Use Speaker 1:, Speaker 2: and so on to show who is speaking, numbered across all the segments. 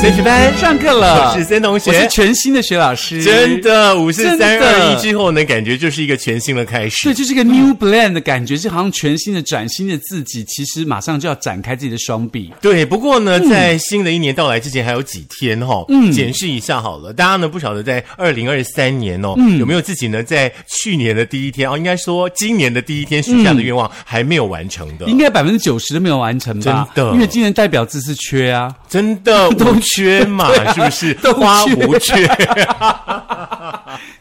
Speaker 1: 三十班
Speaker 2: 上课了，
Speaker 1: 我是森同学
Speaker 2: 我是全新的学老师，
Speaker 1: 真。的五四
Speaker 2: 真
Speaker 1: 三
Speaker 2: 的
Speaker 1: 二一之后呢，感觉就是一个全新的开
Speaker 2: 对，
Speaker 1: 始。
Speaker 2: 就是一个 new blend 的感觉，是好像全新的、崭新的自己，其实马上就要展开自己的双臂。
Speaker 1: 对，不过呢，在新的一年到来之前还有几天哦，检视一下好了。大家呢不晓得在二零二三年哦，有没有自己呢在去年的第一天哦，应该说今年的第一天许下的愿望还没有完成的，
Speaker 2: 应该百分之九十都没有完成吧？
Speaker 1: 真的
Speaker 2: 因为今年代表字是缺啊。
Speaker 1: 真的无缺嘛，是不是？
Speaker 2: 都缺
Speaker 1: 花无缺。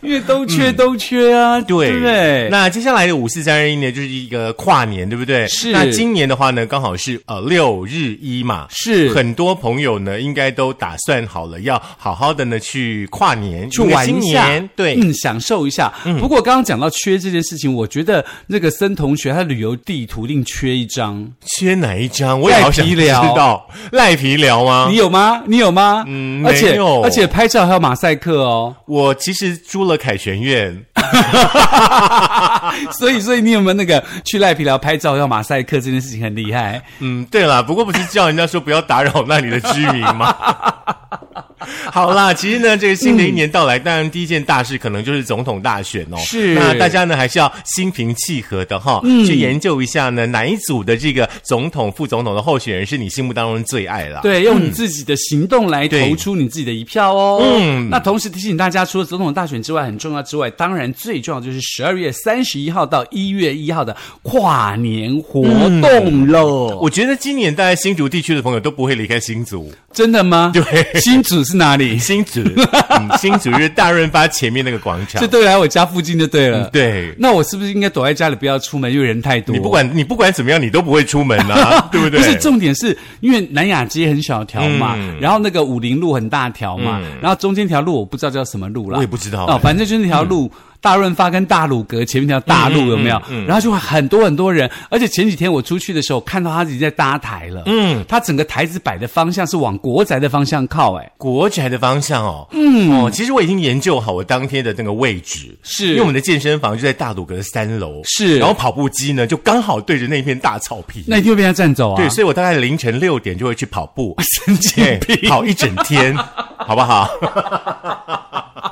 Speaker 2: 因为都缺都缺啊，对
Speaker 1: 对
Speaker 2: 不对？
Speaker 1: 那接下来的五四三二一呢，就是一个跨年，对不对？
Speaker 2: 是
Speaker 1: 那今年的话呢，刚好是呃六日一嘛，
Speaker 2: 是
Speaker 1: 很多朋友呢应该都打算好了，要好好的呢去跨年，
Speaker 2: 去玩
Speaker 1: 迎
Speaker 2: 一
Speaker 1: 新
Speaker 2: 下
Speaker 1: 年，对。
Speaker 2: 嗯，享受一下。不过刚刚讲到缺这件事情，我觉得那个森同学他旅游地图另缺一张，
Speaker 1: 缺哪一张？我也好想
Speaker 2: 赖 皮
Speaker 1: 知
Speaker 2: 寮
Speaker 1: 道。赖皮聊吗
Speaker 2: 你？有吗？你有吗？
Speaker 1: 嗯
Speaker 2: 而且
Speaker 1: 没有
Speaker 2: 而且拍照啊还有马赛克哦，
Speaker 1: 我其实租了凯旋苑，
Speaker 2: 所以所以你有没有那个去赖皮寮拍照要马赛克这件事情很厉 害？
Speaker 1: 嗯，对啦，不过不是叫人家说不要打扰那里的居民 吗？好啦，其实呢，这个新的一年到来，当然第一件大事可能就是总统大选哦。
Speaker 2: 是嗯
Speaker 1: 那大家呢还是要心平气和的哈、去研究一下呢哪一组的这个总统、副总统的候选人是你心目当中最爱啦。
Speaker 2: 对，用你自己的行动来投
Speaker 1: 对
Speaker 2: 出你自己的一票哦。
Speaker 1: 嗯
Speaker 2: 那同时提醒大家，除了总统大选之外很重要之外，当然最重要就是十二月三十一号到一月一号的跨年活动喽。
Speaker 1: 我觉得今年大概新竹地区的朋友都不会离开新竹，
Speaker 2: 真的吗？
Speaker 1: 对
Speaker 2: 新竹是哪 里？
Speaker 1: 新竹，嗯、 新竹就是大润发前面那个广场嗯
Speaker 2: 这。对来我家附近就嗯对了。。
Speaker 1: 对，
Speaker 2: 那我是不是应该躲在家里不要出门，因为人太多？
Speaker 1: 你不管你不管怎么样，你都不会出门 啊，对不对？
Speaker 2: 不是重点是因为南雅街很小条嘛，
Speaker 1: 嗯
Speaker 2: 然后那个武林路很大条嘛，然后中间条路我不知道叫什么路啦，
Speaker 1: 我也不知道
Speaker 2: 哦，
Speaker 1: 哎
Speaker 2: 反正就是那条路。大润发跟大鲁阁前面那条大
Speaker 1: 嗯
Speaker 2: 路有没有？然后就会很多很多人，而且前几天我出去的时候看到他已经在搭台了。嗯，他整个台子摆的方向是往国宅的方向靠、哎，
Speaker 1: 国宅的方向哦，嗯，哦，其实我已经研究好我当天的那个位置，
Speaker 2: 是
Speaker 1: 因为我们的健身房就在大鲁阁的三楼，
Speaker 2: 是
Speaker 1: 然后跑步机呢就刚好对着那片大草皮，
Speaker 2: 那一定会被他占走啊！
Speaker 1: 对，所以我大概凌晨六点就会去跑步，
Speaker 2: 神经
Speaker 1: 对
Speaker 2: 病。
Speaker 1: 跑一整 天，好不好？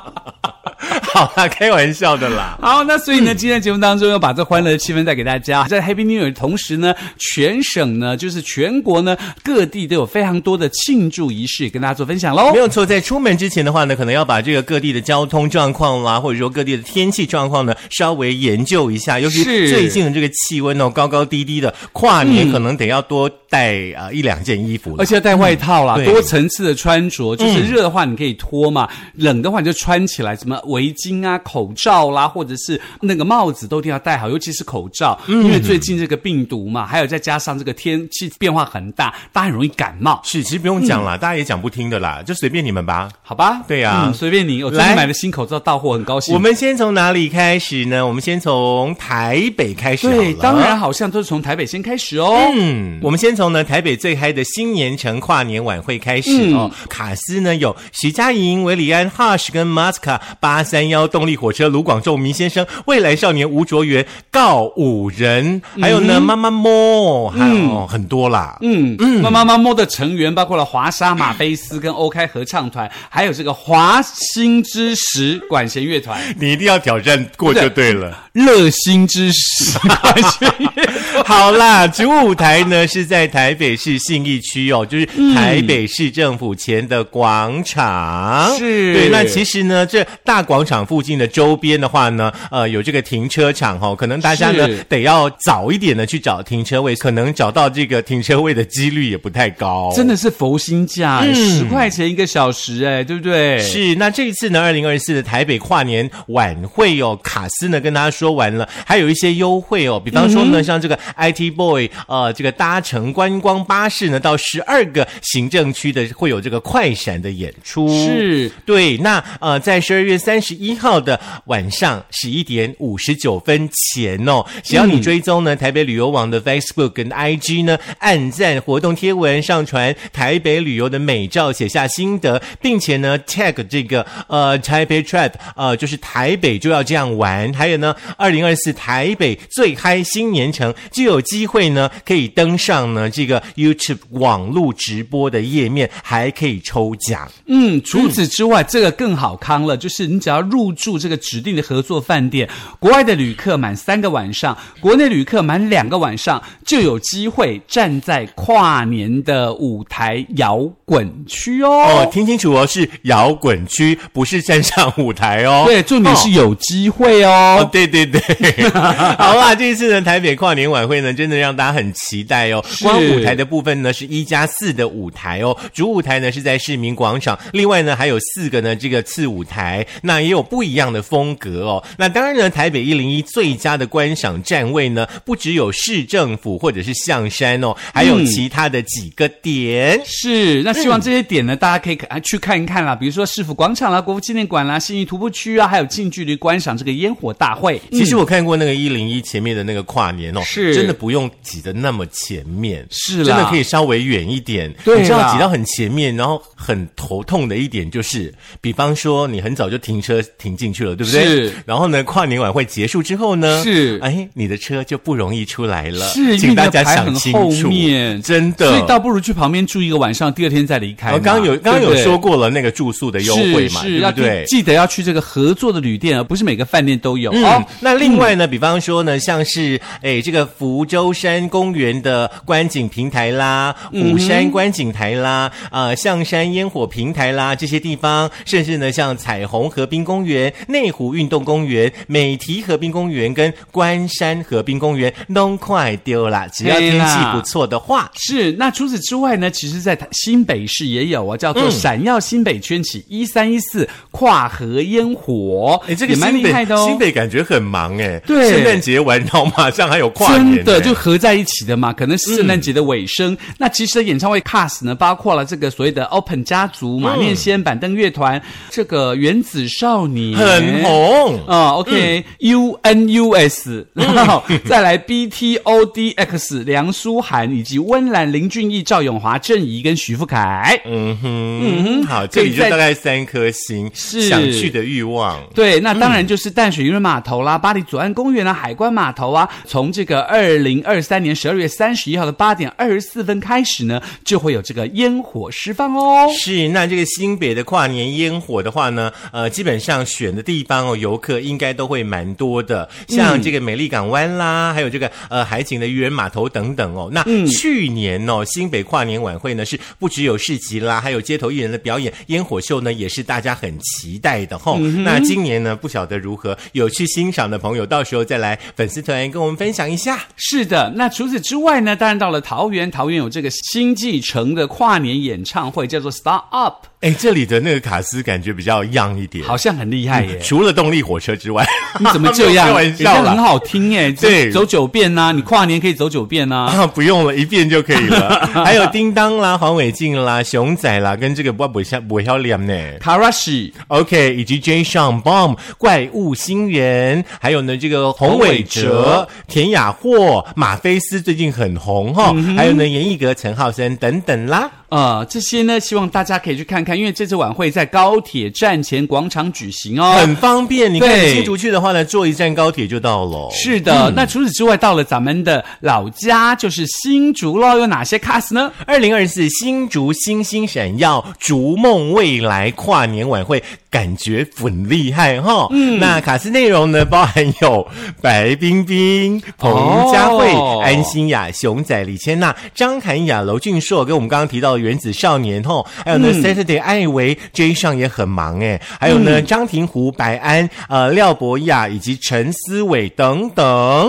Speaker 1: 好啦，开玩笑的啦。
Speaker 2: 好，那所以呢，今天的节目当中要把这欢乐的气氛带给大家。在 Happy New Year 的同时呢，全省呢，就是全国呢，各地都有非常多的庆祝仪式跟大家做分享喽
Speaker 1: 没。有错，在出门之前的话呢，可能要把这个各地的交通状况啦，或者说各地的天气状况呢，稍微研究一下。尤其
Speaker 2: 是
Speaker 1: 最近的这个气温哦，高高低低的，跨年可能得要多带啊、呃一两件衣服了
Speaker 2: 而。且要带外套啦，
Speaker 1: 嗯对嗯
Speaker 2: 多层次的穿着，就是热的话你可以脱嘛，冷的话你就穿起来，什么围巾啊、口罩啦，或者是那个帽子都一定要戴好，尤其是口罩，
Speaker 1: 嗯
Speaker 2: 因为最近这个病毒嘛，还有再加上这个天气变化很大，大家很容易感冒，
Speaker 1: 是，其实不用讲
Speaker 2: 嗯
Speaker 1: 啦，大家也讲不听的啦，就随便你们吧。
Speaker 2: 好吧？
Speaker 1: 对啊
Speaker 2: 嗯，随便你。我最近
Speaker 1: 来
Speaker 2: 买了新口罩到货，很高兴。
Speaker 1: 我们先从哪里开始呢？我们先从台北开始好了。
Speaker 2: 对，当然好像都是从台北先开始哦。
Speaker 1: 嗯，我们先从呢台北最嗨的新年城跨年晚会开始哦。卡斯呢有徐佳莹、维里安、Hush 跟 Masca 八三幺动力火车、卢广仲、明先生、未来少年吴卓源、告五人，还有呢、妈妈摸，还有、很多啦。
Speaker 2: 嗯嗯，妈妈妈摸的成员包括了华沙马菲斯跟欧开合唱团，还有这个华星之石管弦乐团、
Speaker 1: 你一定要挑战过就对了。
Speaker 2: 乐星之石管弦乐团。
Speaker 1: 好啦，主舞台呢是在台北市信义区哦，就是
Speaker 2: 嗯
Speaker 1: 台北市政府前的广场。
Speaker 2: 是
Speaker 1: 对。那其实呢，这大广场附近的周边的话呢，呃，有这个停车场哦，可能大家呢
Speaker 2: 是
Speaker 1: 得要早一点的去找停车位，可能找到这个停车位的几率也不太高。
Speaker 2: 真的是佛心价，十、块钱一个小时，哎，对不对？。
Speaker 1: 是，那这一次呢，二零二四的台北跨年晚会哦，卡斯呢跟大家说完了，还有一些优惠哦，比方说
Speaker 2: 嗯
Speaker 1: 呢，像这个 IT Boy，呃，这个搭乘观光巴士呢到十二个行政区的会有这个快闪的演出。
Speaker 2: 是。
Speaker 1: 对，那呃，在十二月三十一号的晚上十一点五十九分前哦，只要你追踪呢、台北旅游网的 Facebook 跟 IG 呢，按赞活动贴文，上传台北旅游的美照，写下心得，并且呢 tag 这个呃台北 trip，呃就是台北就要这样玩，还有呢二零二四台北最嗨新年城，就有机会呢可以登上呢这个 YouTube 网络直播的页面，还可以抽奖。
Speaker 2: 嗯，除此之外，这个更好康了，就是你只要入住这个指定的合作饭店，国外的旅客满三个晚上，国内旅客满两个晚上，就有机会站在跨年的舞台摇滚区
Speaker 1: 哦，
Speaker 2: 哦。
Speaker 1: 听清楚哦，是摇滚区，不是站上舞台哦。
Speaker 2: 对，重点是有机会
Speaker 1: 哦，
Speaker 2: 哦。
Speaker 1: 对对 对，好啦，这一次呢，台北跨年晚会呢，真的让大家很期待哦。光舞台的部分呢是一加四的舞台哦，主舞台呢是在市民广场，另外呢还有四个呢这个次舞台，那也有不一样的风格哦。那当然呢，台北一零一最佳的观赏站位呢，不只有市政府或者是象山哦，还有其他的几个点。
Speaker 2: 是，那希望这些点呢，大家可以看去看一看啦，比如说市府广场啦、国父纪念馆啦、信义徒步区啊，还有近距离观赏这个烟火大会。
Speaker 1: 其实我看过那个一零一前面的那个跨年哦，
Speaker 2: 嗯是
Speaker 1: 真的不用挤得那么前面，
Speaker 2: 是啦
Speaker 1: 真的可以稍微远一点。
Speaker 2: 对啦
Speaker 1: 你知道挤到很前面，然后很头痛的一点就是，比方说你很早就停车停进去了，对不对？
Speaker 2: 是
Speaker 1: 然后呢，跨年晚会结束之后呢，
Speaker 2: 是
Speaker 1: 哎，你的车就不容易出来了。
Speaker 2: 是因
Speaker 1: 请
Speaker 2: 为
Speaker 1: 大
Speaker 2: 那
Speaker 1: 家
Speaker 2: 个牌
Speaker 1: 想
Speaker 2: 很
Speaker 1: 清
Speaker 2: 后
Speaker 1: 楚，
Speaker 2: 面
Speaker 1: 真的。
Speaker 2: 所以倒不如去旁边住一个晚上，第二天再离开嘛。
Speaker 1: 我刚刚有刚刚
Speaker 2: 对不
Speaker 1: 有
Speaker 2: 对
Speaker 1: 说过了那个住宿的优惠嘛，
Speaker 2: 是是
Speaker 1: 对
Speaker 2: 要
Speaker 1: 不对？
Speaker 2: 记记得要去这个合作的旅店，而不是每个饭店都有。
Speaker 1: 嗯
Speaker 2: 哦，
Speaker 1: 那另外呢，比方说呢，像是诶这个福州山公园的观景平台啦、虎山观景台啦、呃象山烟火平台啦这些地方，甚至呢像彩虹河滨公园、内湖运动公园、美堤河滨公园跟关山河滨公园都快丢啦，只要天气
Speaker 2: 对啦
Speaker 1: 不错的话。
Speaker 2: 是，那除此之外呢？其实，在台新北市也有啊，叫做
Speaker 1: 嗯
Speaker 2: “闪耀新北圈起一三一四跨河烟火”，
Speaker 1: 哎诶这个
Speaker 2: 也蛮
Speaker 1: 新
Speaker 2: 厉
Speaker 1: 北、
Speaker 2: 害的哦。
Speaker 1: 新北感觉很忙诶，
Speaker 2: 对
Speaker 1: 圣诞节完，然后马上还有跨年、嗯
Speaker 2: 真的
Speaker 1: 诶
Speaker 2: 就合在一起的嘛，可能是圣诞节的尾声。那其实演唱会 cast 呢，包括了这个所谓的 Open 家族、
Speaker 1: 嗯
Speaker 2: 马面仙、板凳乐团、这个原子少
Speaker 1: 哎
Speaker 2: 年，
Speaker 1: 很红。
Speaker 2: 啊、o k u N U S，然后再来 B T O D X，梁书涵以及温岚、林俊逸、赵咏华、郑怡跟徐富凯。
Speaker 1: 嗯哼，嗯哼，好，这
Speaker 2: 可以
Speaker 1: 里就
Speaker 2: 在
Speaker 1: 大概三颗星，
Speaker 2: 是
Speaker 1: 想去的欲望。
Speaker 2: 对，那当然就是淡水渔人码头啦、巴黎左岸公园啊、海关码头啊，从这个二零二三年十二月三十一号的八点二十四分开始呢，就会有这个烟火释放哦。
Speaker 1: 是，那这个新北的跨年烟火的话呢，呃，基本上选的地方哦，游客应该都会蛮多的，
Speaker 2: 嗯
Speaker 1: 像这个美丽港湾啦，还有这个呃海景的渔人码头等等哦。那
Speaker 2: 嗯
Speaker 1: 去年哦，新北跨年晚会呢是不只有市集啦，还有街头艺人的表演，烟火秀呢也是大家很期待的吼、
Speaker 2: 嗯
Speaker 1: 那今年呢，不晓得如何，有去欣赏的朋友，到时候再来粉丝团跟我们分享一下。
Speaker 2: 是的，那除此之外呢，当然到了桃园，桃园有这个新纪城的跨年演唱会，叫做 Star Up，
Speaker 1: 哎，这里的那个卡斯感觉比较样一点，
Speaker 2: 好像很厉害耶。
Speaker 1: 除了动力火车之外，
Speaker 2: 你怎么这样？
Speaker 1: 没有开玩笑
Speaker 2: 人家很
Speaker 1: 啦。
Speaker 2: 好 听哎，走
Speaker 1: 对
Speaker 2: 走九遍呐、你跨年可以走九遍 呐、
Speaker 1: 啊，不用了，一遍就可以 了。还有叮当啦、黄伟晋啦、熊仔啦，跟这个不不像不要脸呢。
Speaker 2: Karashi，
Speaker 1: OK，以及 J. Sean Bomb 怪物新人，还有呢这个洪伟哲、田雅霍、马菲斯最近很红哈、
Speaker 2: 嗯
Speaker 1: 还有呢严艺格、陈浩森等等啦。
Speaker 2: 呃，这些呢，希望大家可以去看看，因为这次晚会在高铁站前广场举行哦。
Speaker 1: 很方便，你看
Speaker 2: 对
Speaker 1: 新竹去的话呢，坐一站高铁就到了。
Speaker 2: 是
Speaker 1: 嗯
Speaker 2: 的，那除此之外，到了咱们的老家，就是新竹喽，有哪些 cast 呢？
Speaker 1: 二零二四新竹星星闪耀，逐梦未来跨年晚会，感觉很厉害哈、嗯，那卡司内容呢，包含有白冰冰、彭佳慧、
Speaker 2: 哦
Speaker 1: 安心雅、熊仔、李千娜、张涵雅、娄俊硕，跟我们刚刚提到的原子少年哈、还有呢、Saturday
Speaker 2: 嗯
Speaker 1: 艾维 J 上也很忙哎，还有
Speaker 2: 嗯
Speaker 1: 呢、张庭湖、白安、呃廖博雅以及陈思伟等等。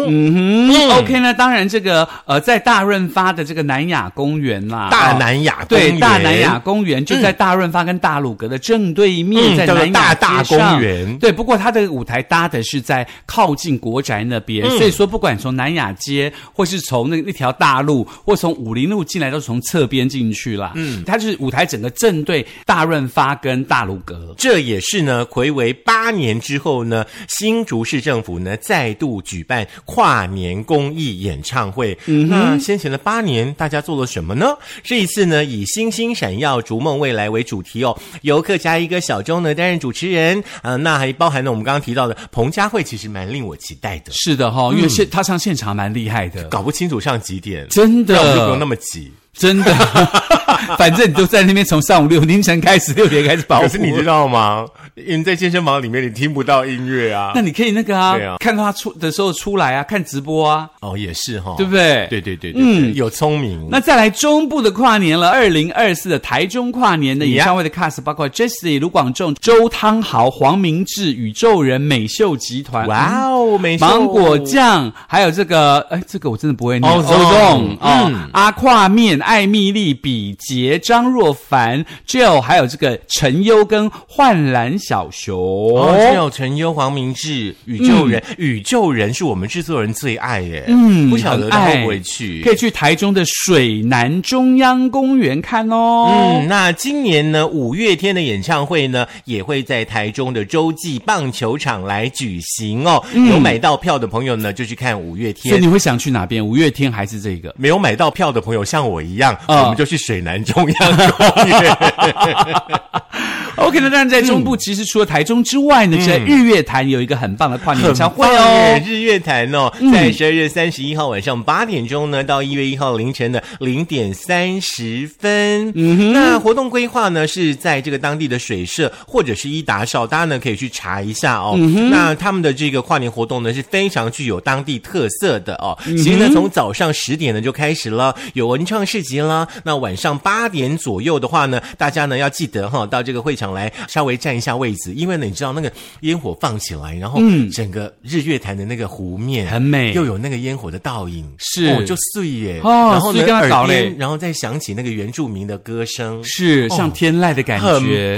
Speaker 2: 嗯 OK 呢，当然这个呃，在大润发的这个南雅公园啦，
Speaker 1: 大
Speaker 2: 哦
Speaker 1: 南雅公园
Speaker 2: 对，大南雅公园就在大润发跟大鲁阁的正对面，
Speaker 1: 嗯
Speaker 2: 在
Speaker 1: 叫做
Speaker 2: 南
Speaker 1: 大
Speaker 2: 雅
Speaker 1: 大
Speaker 2: 街上
Speaker 1: 公园
Speaker 2: 对，不过它的舞台搭的是在靠近国宅那边，
Speaker 1: 嗯
Speaker 2: 所以说不管从南雅街，或是从那那条大路，或从武林路进来，都是从侧边进去啦，嗯，它就是舞台整个正对大润发跟大鲁阁。
Speaker 1: 这也是呢，魁为八年之后呢，新竹市政府呢再度举办跨年公益演唱会。
Speaker 2: 嗯
Speaker 1: 那先前的八年，大家做了什么呢？这一次呢，以“星星闪耀，逐梦未来”为主题哦，由客家一哥小钟呢担任主持人。呃，那还包含了我们刚刚提到的彭佳慧，其实蛮令我期待的，
Speaker 2: 是的哈、因为现他上现场蛮厉害的，
Speaker 1: 嗯搞不清楚上几点，
Speaker 2: 真
Speaker 1: 那我们就不用
Speaker 2: 的
Speaker 1: 那，么急。
Speaker 2: 真的。 反正你都在那边，从上午六凌晨开始，六点开始跑步。
Speaker 1: 可是你知道吗？因为在健身房里面，你听不到音乐啊
Speaker 2: 那。你可以那个啊，
Speaker 1: 对啊
Speaker 2: 看到他出的时候出来啊，看直播啊，
Speaker 1: 哦，也是哈、
Speaker 2: 对不对？嗯
Speaker 1: 对对对对对，有聪明。
Speaker 2: 那再来中部的跨年了，二零二四的台中跨年的
Speaker 1: Yeah
Speaker 2: 演唱会的 cast 包括 Jessie、卢广仲、周汤豪、黄明志、宇宙人、美秀集团、
Speaker 1: 哇哦，美秀
Speaker 2: 芒果酱，还有这个，哎，这个我真的不会念。
Speaker 1: Ozone
Speaker 2: 哦，
Speaker 1: 嗯
Speaker 2: 阿胯面、艾米丽、比杰、张若凡、Jill，还有这个陈优跟焕然小熊。
Speaker 1: 哦，这有陈优、黄明志、宇宙
Speaker 2: 嗯
Speaker 1: 人，宇宙人是我们制作人最爱耶，嗯不晓得他会不会去，
Speaker 2: 可以去台中的水南中央公园看哦。
Speaker 1: 嗯，那今年呢，五月天的演唱会呢，也会在台中的洲际棒球场来举行哦。有买到票的朋友呢，就去看五月
Speaker 2: 所以
Speaker 1: 天
Speaker 2: 嗯
Speaker 1: 嗯
Speaker 2: 你；会想去哪边？五月天还是这个？
Speaker 1: 没有买到票的朋友，像我一样，
Speaker 2: 啊
Speaker 1: 我们就去水南中央公 园。
Speaker 2: OK，那当然，在
Speaker 1: 嗯
Speaker 2: 中部其实除了台中之外呢，在日月潭有一个很棒的跨年演唱会
Speaker 1: 很棒耶
Speaker 2: 哦。嗯
Speaker 1: 日月潭哦，在十二月三十一号晚上八点钟呢，到一月一号凌晨的零点三十分。嗯哼，那活动规划呢是在这个当地的水社或者是伊达少，大家呢可以去查一下哦。那他们的这个跨年活动呢是非常具有当地特色的哦。其实呢，从早上十点呢就开始了，有文创市集啦。那晚上八点左右的话呢，大家呢要记得哈、到这个会场来稍微占一下位子，因为呢，你知道那个烟火放起来，然后整个日月潭的那个湖面啊
Speaker 2: 很美
Speaker 1: 又有那个烟火的倒影，
Speaker 2: 是
Speaker 1: 哦，就碎耶。
Speaker 2: 哦
Speaker 1: 然后呢，
Speaker 2: 碎跟它搞
Speaker 1: 耳边
Speaker 2: 嘞，
Speaker 1: 然后再响起那个原住民的歌声，
Speaker 2: 是像天籁的感觉，
Speaker 1: 哦
Speaker 2: 嗯
Speaker 1: 很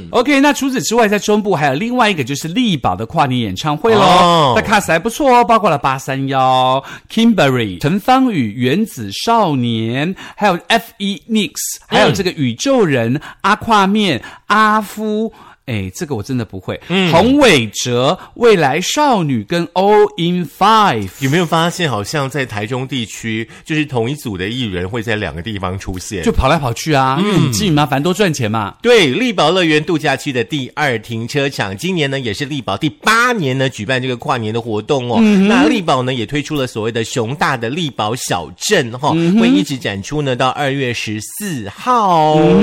Speaker 1: 棒。
Speaker 2: OK，那除此之外，在中部还有另外一个就是力宝的跨年演唱会
Speaker 1: 哦
Speaker 2: 喽。那 cast 还不错哦，包括了八三幺、Kimberly、陈芳宇、原子少年，还有 F E Nix，还有这个宇宙人、阿胯面、阿夫。哎，这个我真的不会。洪伟哲、未来少女跟 All in Five，
Speaker 1: 有没有发现，好像在台中地区，就是同一组的艺人会在两个地方出现？
Speaker 2: 就跑来跑去啊，因为很近嘛，反正多赚钱嘛。
Speaker 1: 对，力宝乐园度假区的第二停车场，今年呢也是力宝第八年呢举办这个跨年的活动哦。
Speaker 2: 嗯
Speaker 1: 那力宝呢也推出了所谓的熊大的力宝小镇哈、
Speaker 2: 嗯
Speaker 1: 会一直展出呢到二月十四号、
Speaker 2: 嗯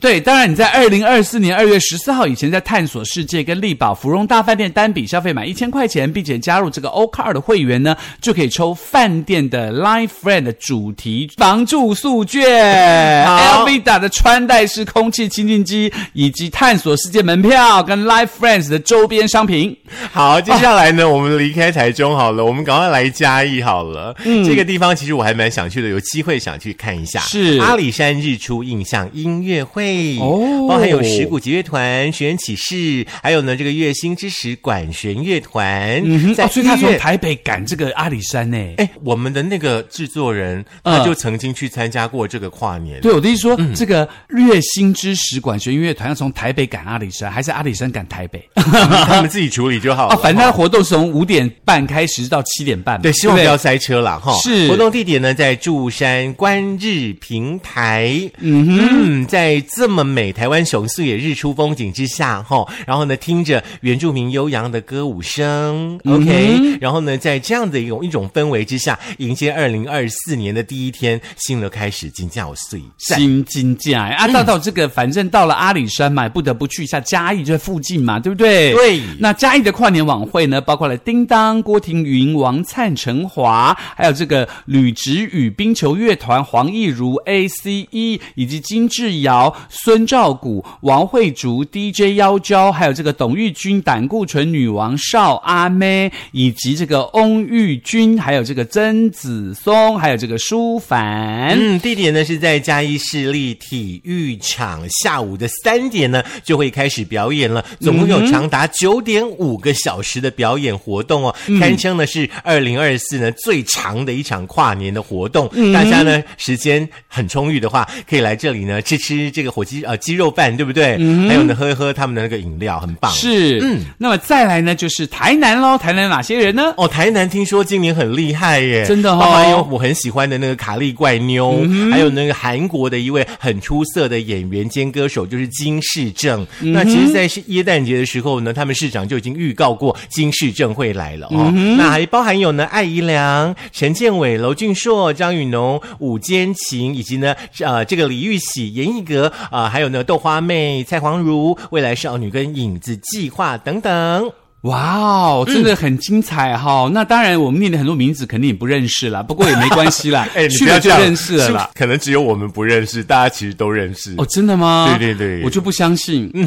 Speaker 2: 对，当然你在二零二四年二月十四号以前，在探索世界跟力宝芙蓉大饭店单笔消费满一千块钱，并且加入这个 O Car 的会员呢，就可以抽饭店的 Life Friend 的主题房住宿券、
Speaker 1: 好
Speaker 2: l v i d a 的穿戴式空气清净机，以及探索世界门票跟 Life Friends 的周边商品。
Speaker 1: 好，接下来呢、我们离开台中好了，我们赶快来嘉义好了。
Speaker 2: 嗯
Speaker 1: 这个地方其实我还蛮想去的，有机会想去看一下。
Speaker 2: 是
Speaker 1: 阿里山日出印象音乐会
Speaker 2: 哦
Speaker 1: 包含有石鼓集乐团、学员启事，还有呢这个月星之石管弦乐团。嗯
Speaker 2: 哦，所以他从台北赶这个阿里山呢、
Speaker 1: 哎，我们的那个制作人，
Speaker 2: 嗯
Speaker 1: 他就曾经去参加过这个跨年。
Speaker 2: 对，我的意思说，这个月星之石管弦乐团要从台北赶阿里山，还是阿里山赶台北？
Speaker 1: 他们自己处理就好
Speaker 2: 啊，
Speaker 1: 了。
Speaker 2: 反正它的活动是从五点半开始到七点半嘛，
Speaker 1: 对，希望不
Speaker 2: 对
Speaker 1: 要
Speaker 2: 对
Speaker 1: 塞车啦。哈。
Speaker 2: 是
Speaker 1: 活动地点呢在柱山观日平台。嗯哼，在这么美台湾熊素野日出风景之下，哈，然后呢听着原住民悠扬的歌舞声、o
Speaker 2: 嗯
Speaker 1: k 然后呢在这样的一种一种氛围之下，迎接二零二四年的第一天，新的开始，金价我碎赞
Speaker 2: 新金价啊，到到这个，反正到了阿里山嘛，不得不去一下嘉义这附近嘛，对不对？
Speaker 1: 对
Speaker 2: 那嘉义的跨年晚会呢，包括了叮当、郭婷云、王灿、陈华，还有这个吕植宇、冰球乐团、黄义如、A C E 以及金志尧、孙兆谷、王慧竹、D DJ 妖娇，还有这个董玉君、胆固醇女王邵阿妹，以及这个翁玉君，还有这个曾子松，还有这个舒凡。
Speaker 1: 嗯，地点呢是在嘉义市立体育场，下午的三点呢就会开始表演了，总共有长达九点五个小时的表演活动哦，堪称呢是二零二四呢最长的一场跨年的活动。大家呢时间很充裕的话，可以来这里呢吃吃这个火鸡呃鸡肉饭，对不对？还有呢喝一喝他们的那个饮料，很棒。
Speaker 2: 是，嗯，那么再来呢，就是台南喽。台南有哪些人 呢？
Speaker 1: 哦，台南听说今年很厉害耶，
Speaker 2: 真的哦嗯
Speaker 1: 包含有我很喜欢的那个卡利怪妞，还有那个韩国的一位很出色的演员兼歌手，就是金世正。
Speaker 2: 嗯
Speaker 1: 那其实，在是耶诞节的时候呢，他们市长就已经预告过金世正会来了
Speaker 2: 嗯
Speaker 1: 哦。那还包含有呢，艾怡良、陈建伟、娄俊硕、张雨农、伍坚琴，以及呢，呃，这个李玉玺、严艺格啊、呃还有呢，豆花妹、蔡黄如、未来少女跟影子计划等等。
Speaker 2: 哇哦，真的很精彩哈、那当然，我们念的很多名字肯定也不认识啦，不过也没关系 啦
Speaker 3: ，哎、你
Speaker 2: 去
Speaker 3: 不要
Speaker 2: 了就
Speaker 3: 这样
Speaker 2: 认识了啦。
Speaker 3: 是可能只有我们不认识，大家其实都认识。
Speaker 2: 哦，真的吗？
Speaker 3: 对对对
Speaker 2: 我就不相信，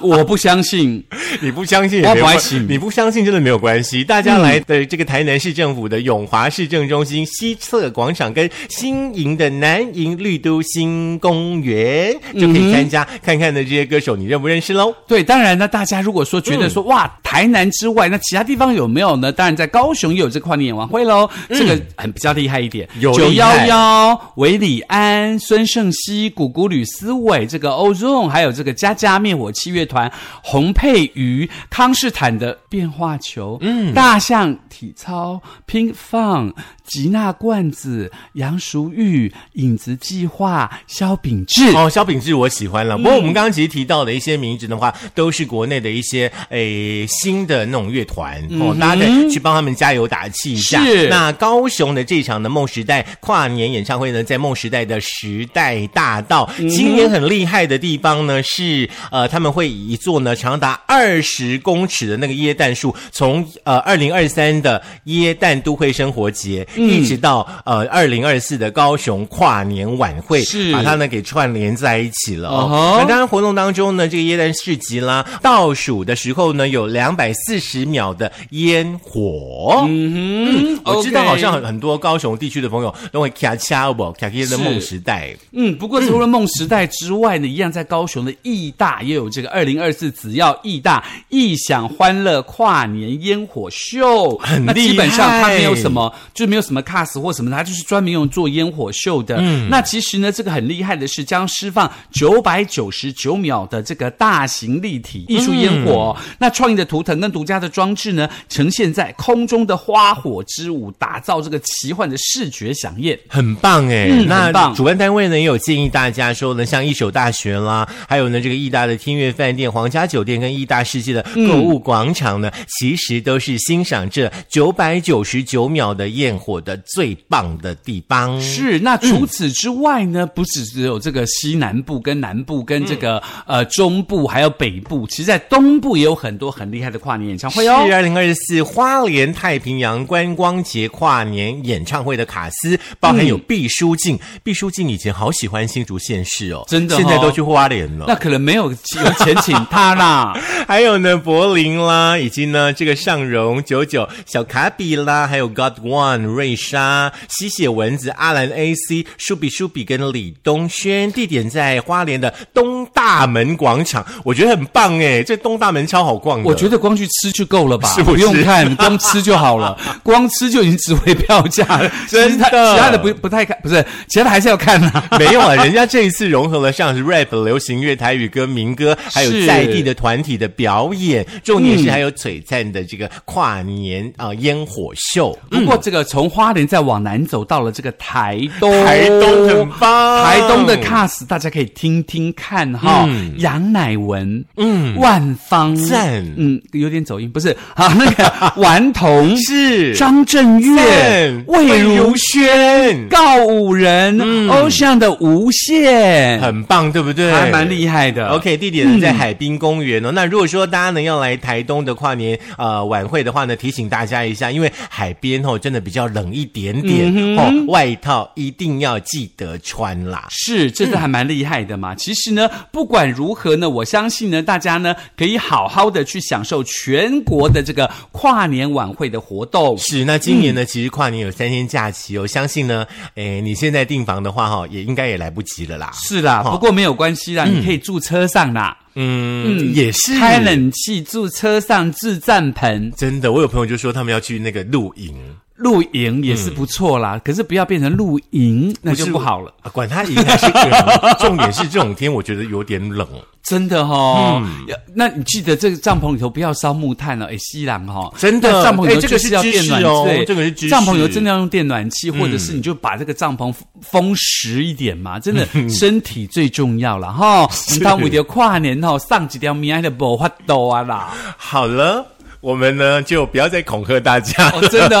Speaker 2: 我不相信。
Speaker 3: 你不相信也
Speaker 2: 我
Speaker 3: 没有
Speaker 2: 不爱
Speaker 3: 关
Speaker 2: 信
Speaker 3: 你不相信真的没有关系。大
Speaker 2: 嗯
Speaker 3: 家来的这个台南市政府的永华市政中心西侧广场跟新营的南营绿都新公园，就
Speaker 2: 嗯
Speaker 3: 可以参加，看看呢这些歌手你认不认识喽？
Speaker 2: 对，当然呢，大家如果说觉得说、哇，台南之外，那其他地方有没有呢？当然，在高雄也有这个跨年演唱会喽，这个很比较厉害一点，
Speaker 3: 有
Speaker 2: 九
Speaker 3: 厉
Speaker 2: 幺
Speaker 3: 害
Speaker 2: 幺、韦礼安、孙盛熙、谷谷吕思伟、这个 Ozone，还有这个佳佳灭火器乐团、洪佩瑜、康士坦的变化球、嗯、大象体操、Pink Fun、吉娜罐子、杨淑玉、影子计划、萧秉志。
Speaker 1: 哦，萧秉治我喜欢了。不过
Speaker 2: 嗯
Speaker 1: 我们刚刚其实提到的一些名字的话，都是国内的一些
Speaker 3: 哎
Speaker 1: 诶新的那种乐团哦，大家得去帮他们加油打气一下。
Speaker 2: 嗯是
Speaker 1: 那高雄的这场的梦时代跨年演唱会呢，在梦时代的时代大道，
Speaker 2: 嗯
Speaker 1: 今年很厉害的地方呢是呃，他们会以一座呢长达二十公尺的那个椰蛋树，从呃二零二三的椰蛋都会生活节，
Speaker 2: 嗯
Speaker 1: 一直到呃二零二四的高雄跨年晚会，
Speaker 2: 是
Speaker 1: 把它呢给串联在一起了、
Speaker 2: 哦
Speaker 1: 哦。
Speaker 2: 吼
Speaker 1: 那当然，活动当中呢，这个耶诞市集啦，倒数的时候呢，有两百四十秒的烟火。
Speaker 2: 嗯
Speaker 1: 我知道，
Speaker 2: OK
Speaker 1: 好像很很多高雄地区的朋友都会卡卡不卡卡的梦时代。
Speaker 2: 嗯，不过除了梦时代之外呢，一样在高雄的义大也有这个二零二四只要义大义享欢乐跨年烟火秀，
Speaker 1: 很
Speaker 2: 那基
Speaker 1: 厉
Speaker 2: 本上它没有
Speaker 1: 害
Speaker 2: 什么，就是没有什么 cast 或什么的，它就是专门用做烟火秀的。
Speaker 1: 嗯
Speaker 2: 那其实呢，这个很厉害的是将释放九百九十九秒的这个大型立体艺术烟火哦、
Speaker 1: 嗯
Speaker 2: 那创意的图腾跟独家的装置呢，呈现在空中的花火之舞，打造这个奇幻的视觉飨宴。
Speaker 1: 很棒哎、
Speaker 2: 嗯很
Speaker 1: 那
Speaker 2: 棒
Speaker 1: 主办单位呢也有建议大家说呢，像一手大学啦，还有呢这个义大的天悦饭店、皇家酒店跟义大世界的购物广场呢，其实都是欣赏这九百九十九秒的焰火的最棒的地方。
Speaker 2: 是，那除
Speaker 1: 嗯
Speaker 2: 此之外呢，不是只有这个西南部、跟南部、跟这个、
Speaker 1: 嗯
Speaker 2: 呃中部，还有北部，其实在东部也有很多很厉害的跨年演唱会哦。
Speaker 1: 是二啊零二四花莲太平洋观光节跨年演唱会的卡司，包含
Speaker 2: 嗯
Speaker 1: 有毕书尽。毕书尽以前好喜欢新竹县市哦，
Speaker 2: 真的哦
Speaker 1: 现在都去花莲了。
Speaker 2: 那可能没有有钱请他 啦。
Speaker 1: 还有呢，柏林啦，以及呢这个尚荣、九九、小卡比啦，还有 God One、瑞莎、吸血蚊子、阿兰 AC、舒比舒比跟李东轩，地点在花莲的东大门广场，我觉得很棒诶，这东大门超好逛的。
Speaker 2: 我觉得光去吃就够了吧，
Speaker 1: 是不是
Speaker 2: 用看，光吃就 好了，光吃就已经值回票价了。
Speaker 1: 真的
Speaker 2: 其他其他的不不太看，不是其他的还是要看啦、
Speaker 1: 没有啊，人家这一次融合了像是 rap、流行乐、台语歌、民歌，还有
Speaker 2: 是
Speaker 1: 在地的团体的表演，重点是还有璀璨的这个跨年啊、呃烟火秀。
Speaker 2: 不过这个从花莲再往南走到了这个台东，
Speaker 1: 台东很棒，
Speaker 2: 台东的 cast 大家可以听听看哈，杨乃文，嗯，万芳，
Speaker 1: 嗯赞
Speaker 2: 嗯，有点走音，不是，好，那个顽童
Speaker 1: 是
Speaker 2: 张震岳
Speaker 1: 赞、
Speaker 2: 魏如
Speaker 1: 如萱，嗯
Speaker 2: 告五人、欧尚的无限，
Speaker 1: 很棒，对不对？
Speaker 2: 还蛮厉害的。
Speaker 1: OK，地点呢在海滨公园哦。那如果说大家呢要来台东的跨年呃晚会的话呢，提醒大家一下，因为海边哦真的比较冷一点点、
Speaker 2: 嗯
Speaker 1: 哦，外套一定要记得穿啦。
Speaker 2: 是，这是还蛮厉害的嘛。
Speaker 1: 嗯
Speaker 2: 其实呢，不管如何呢，我相信呢，大家呢可以好好的去享受全国的这个跨年晚会的活动。
Speaker 1: 是，那今年呢，
Speaker 2: 嗯
Speaker 1: 其实跨年有三天假期哦，相信呢，诶，你现在订房的话哈、也应该也来不及了啦。
Speaker 2: 是啦，
Speaker 1: 好
Speaker 2: 不过没有关系啦，你可以住车上啦，
Speaker 1: 嗯，也是。
Speaker 2: 开冷气，住车上，自帐篷，
Speaker 1: 真的，我有朋友就说他们要去那个露营，
Speaker 2: 露营也是不错
Speaker 1: 嗯
Speaker 2: 啦。可是不要变成露营，那就不好了。
Speaker 1: 啊管他营还是营， 重点是这种天我觉得有点冷。
Speaker 2: 真的哦，要那你记得这个帐篷里头不要烧木炭了，哎，西兰哈，
Speaker 1: 真的
Speaker 2: 那帐篷里
Speaker 1: 哎
Speaker 2: 头
Speaker 1: 这个
Speaker 2: 就是
Speaker 1: 是
Speaker 2: 要
Speaker 1: 知
Speaker 2: 电
Speaker 1: 识
Speaker 2: 暖
Speaker 1: 哦
Speaker 2: 对
Speaker 1: 这个是知识嗯
Speaker 2: 帐篷里头真的要用电暖气，或者是你就把这个帐篷封封实一点嘛，真的
Speaker 1: 嗯
Speaker 2: 身体最重要了哈。你到五条跨年吼，上几条米埃的无法度啊啦，
Speaker 1: 好了，我们呢就不要再恐吓大家了，
Speaker 2: 哦，真的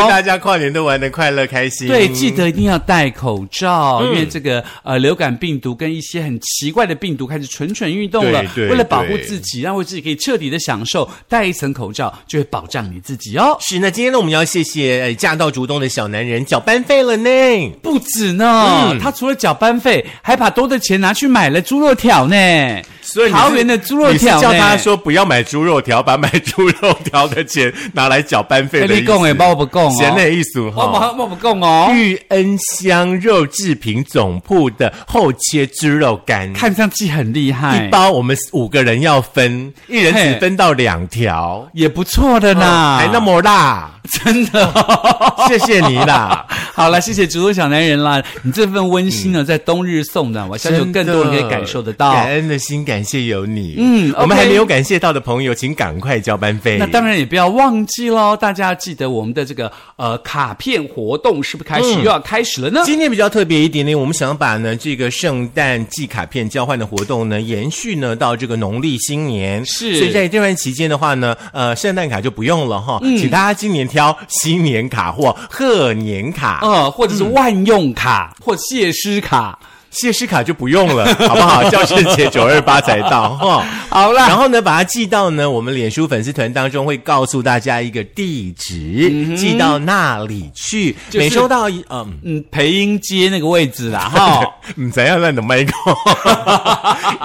Speaker 1: 祝。大家跨年都玩的快乐开心。
Speaker 2: 对，记得一定要戴口罩，因为这个呃流感病毒跟一些很奇怪的病毒开始蠢蠢欲动了
Speaker 1: 对。对
Speaker 2: 为了保护
Speaker 1: 对
Speaker 2: 自己，让为自己可以彻底的享受，戴一层口罩就会保障你自己哦。
Speaker 1: 是，那今天呢，我们要谢谢呃嫁到竹东的小男人，缴班费了呢。
Speaker 2: 不止呢，他除了缴班费，还把多的钱拿去买了猪肉条呢。
Speaker 1: 所以你是
Speaker 2: 桃园的猪肉
Speaker 1: 你是
Speaker 2: 条呢，
Speaker 1: 叫他说不要买猪肉条，把买猪肉条的钱拿来缴班费
Speaker 2: 哎
Speaker 1: 的意
Speaker 2: 你
Speaker 1: 思。
Speaker 2: 讲哎，我不讲哦，
Speaker 1: 贤内一俗
Speaker 2: 我
Speaker 1: 哈。
Speaker 2: 不我不讲哦。
Speaker 1: 玉恩香肉制品总铺的厚切猪肉干，
Speaker 2: 看哎上去很厉害，
Speaker 1: 一包我们五个人要分，一人只
Speaker 2: 嘿
Speaker 1: 分到两条，哎
Speaker 2: 也不错的啦，
Speaker 1: 还那么辣，
Speaker 2: 真的哦。
Speaker 1: 谢谢你 啦。
Speaker 2: 好了，谢谢竹中小男人啦！你这份温馨呢，在冬日送暖，我相信有更多人可以感受得到。
Speaker 1: 感嗯恩的心，感谢有你。
Speaker 2: 嗯
Speaker 1: 我们还
Speaker 2: OK
Speaker 1: 没有感谢到的朋友，请赶快交班费。
Speaker 2: 那当然也不要忘记喽，大家要记得我们的这个呃卡片活动是不是开始、
Speaker 1: 嗯
Speaker 2: 又要开始了 呢？
Speaker 1: 今天比较特别一点点，我们想把呢这个圣诞季卡片交换的活动呢延续呢到这个农历新年，
Speaker 2: 是
Speaker 1: 所以在这段期间的话呢，呃，圣诞卡就不用了哈，
Speaker 2: 嗯
Speaker 1: 请大家今年挑新年卡或贺年卡，
Speaker 2: 呃，或者是
Speaker 1: 嗯
Speaker 2: 万用卡、或谢师卡。
Speaker 1: 谢师卡就不用了， 好不好？教师节九二八才到哈。
Speaker 2: 好啦
Speaker 1: 然后呢，把它寄到呢我们脸书粉丝团当中，会告诉大家一个地址，寄到那里去。
Speaker 2: 嗯就是
Speaker 1: 每收到一嗯。
Speaker 2: 嗯，培英街那个位置 啦，哈，
Speaker 1: 嗯，怎样让你麦 克？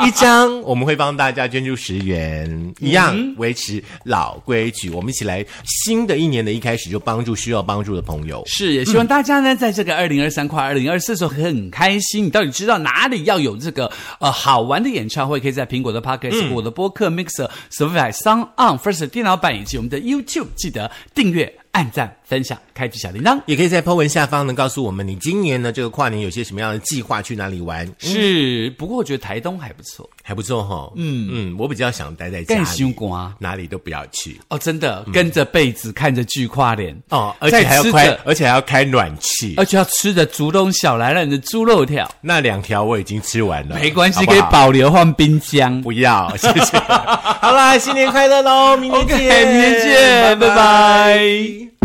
Speaker 1: 一张我们会帮大家捐助十元，一样维持老规矩。我们一起来新的一年的一开始就帮助需要帮助的朋友。
Speaker 2: 是也希
Speaker 1: 嗯
Speaker 2: 望大家呢，在这个二零二三跨二零二四的时候很开心。你到底知道哪里要有这个呃好玩的演唱会？可以在苹果的
Speaker 1: 嗯
Speaker 2: Podcast、我的播客 Mixer、Spotify、Sound On、First 电脑版以及我们的 YouTube，记得订阅、按赞、分享、开启小铃铛。
Speaker 1: 也可以在 po 文下方呢，告诉我们你今年呢这个跨年有些什么样的计划，去哪里玩，
Speaker 2: 是，嗯不过我觉得台东还不错
Speaker 1: 还不错哈、嗯嗯，我比较想待在家
Speaker 2: 更辛
Speaker 1: 里，
Speaker 2: 苦啊
Speaker 1: 哪里都不要去
Speaker 2: 哦，真的跟着被子看着剧跨脸，
Speaker 1: 嗯哦，而且还要
Speaker 2: 在吃
Speaker 1: 开
Speaker 2: 着，
Speaker 1: 而且还要开暖气。
Speaker 2: 而且要吃着竹东小来了的猪肉条，
Speaker 1: 呃那两条我已经吃完了，
Speaker 2: 没关系，
Speaker 1: 好不
Speaker 2: 可
Speaker 1: 好
Speaker 2: 以保留换冰箱。
Speaker 1: 不要，谢 谢。好啦，新年快乐喽！明天
Speaker 2: OK，
Speaker 1: 见，
Speaker 2: 明天见拜拜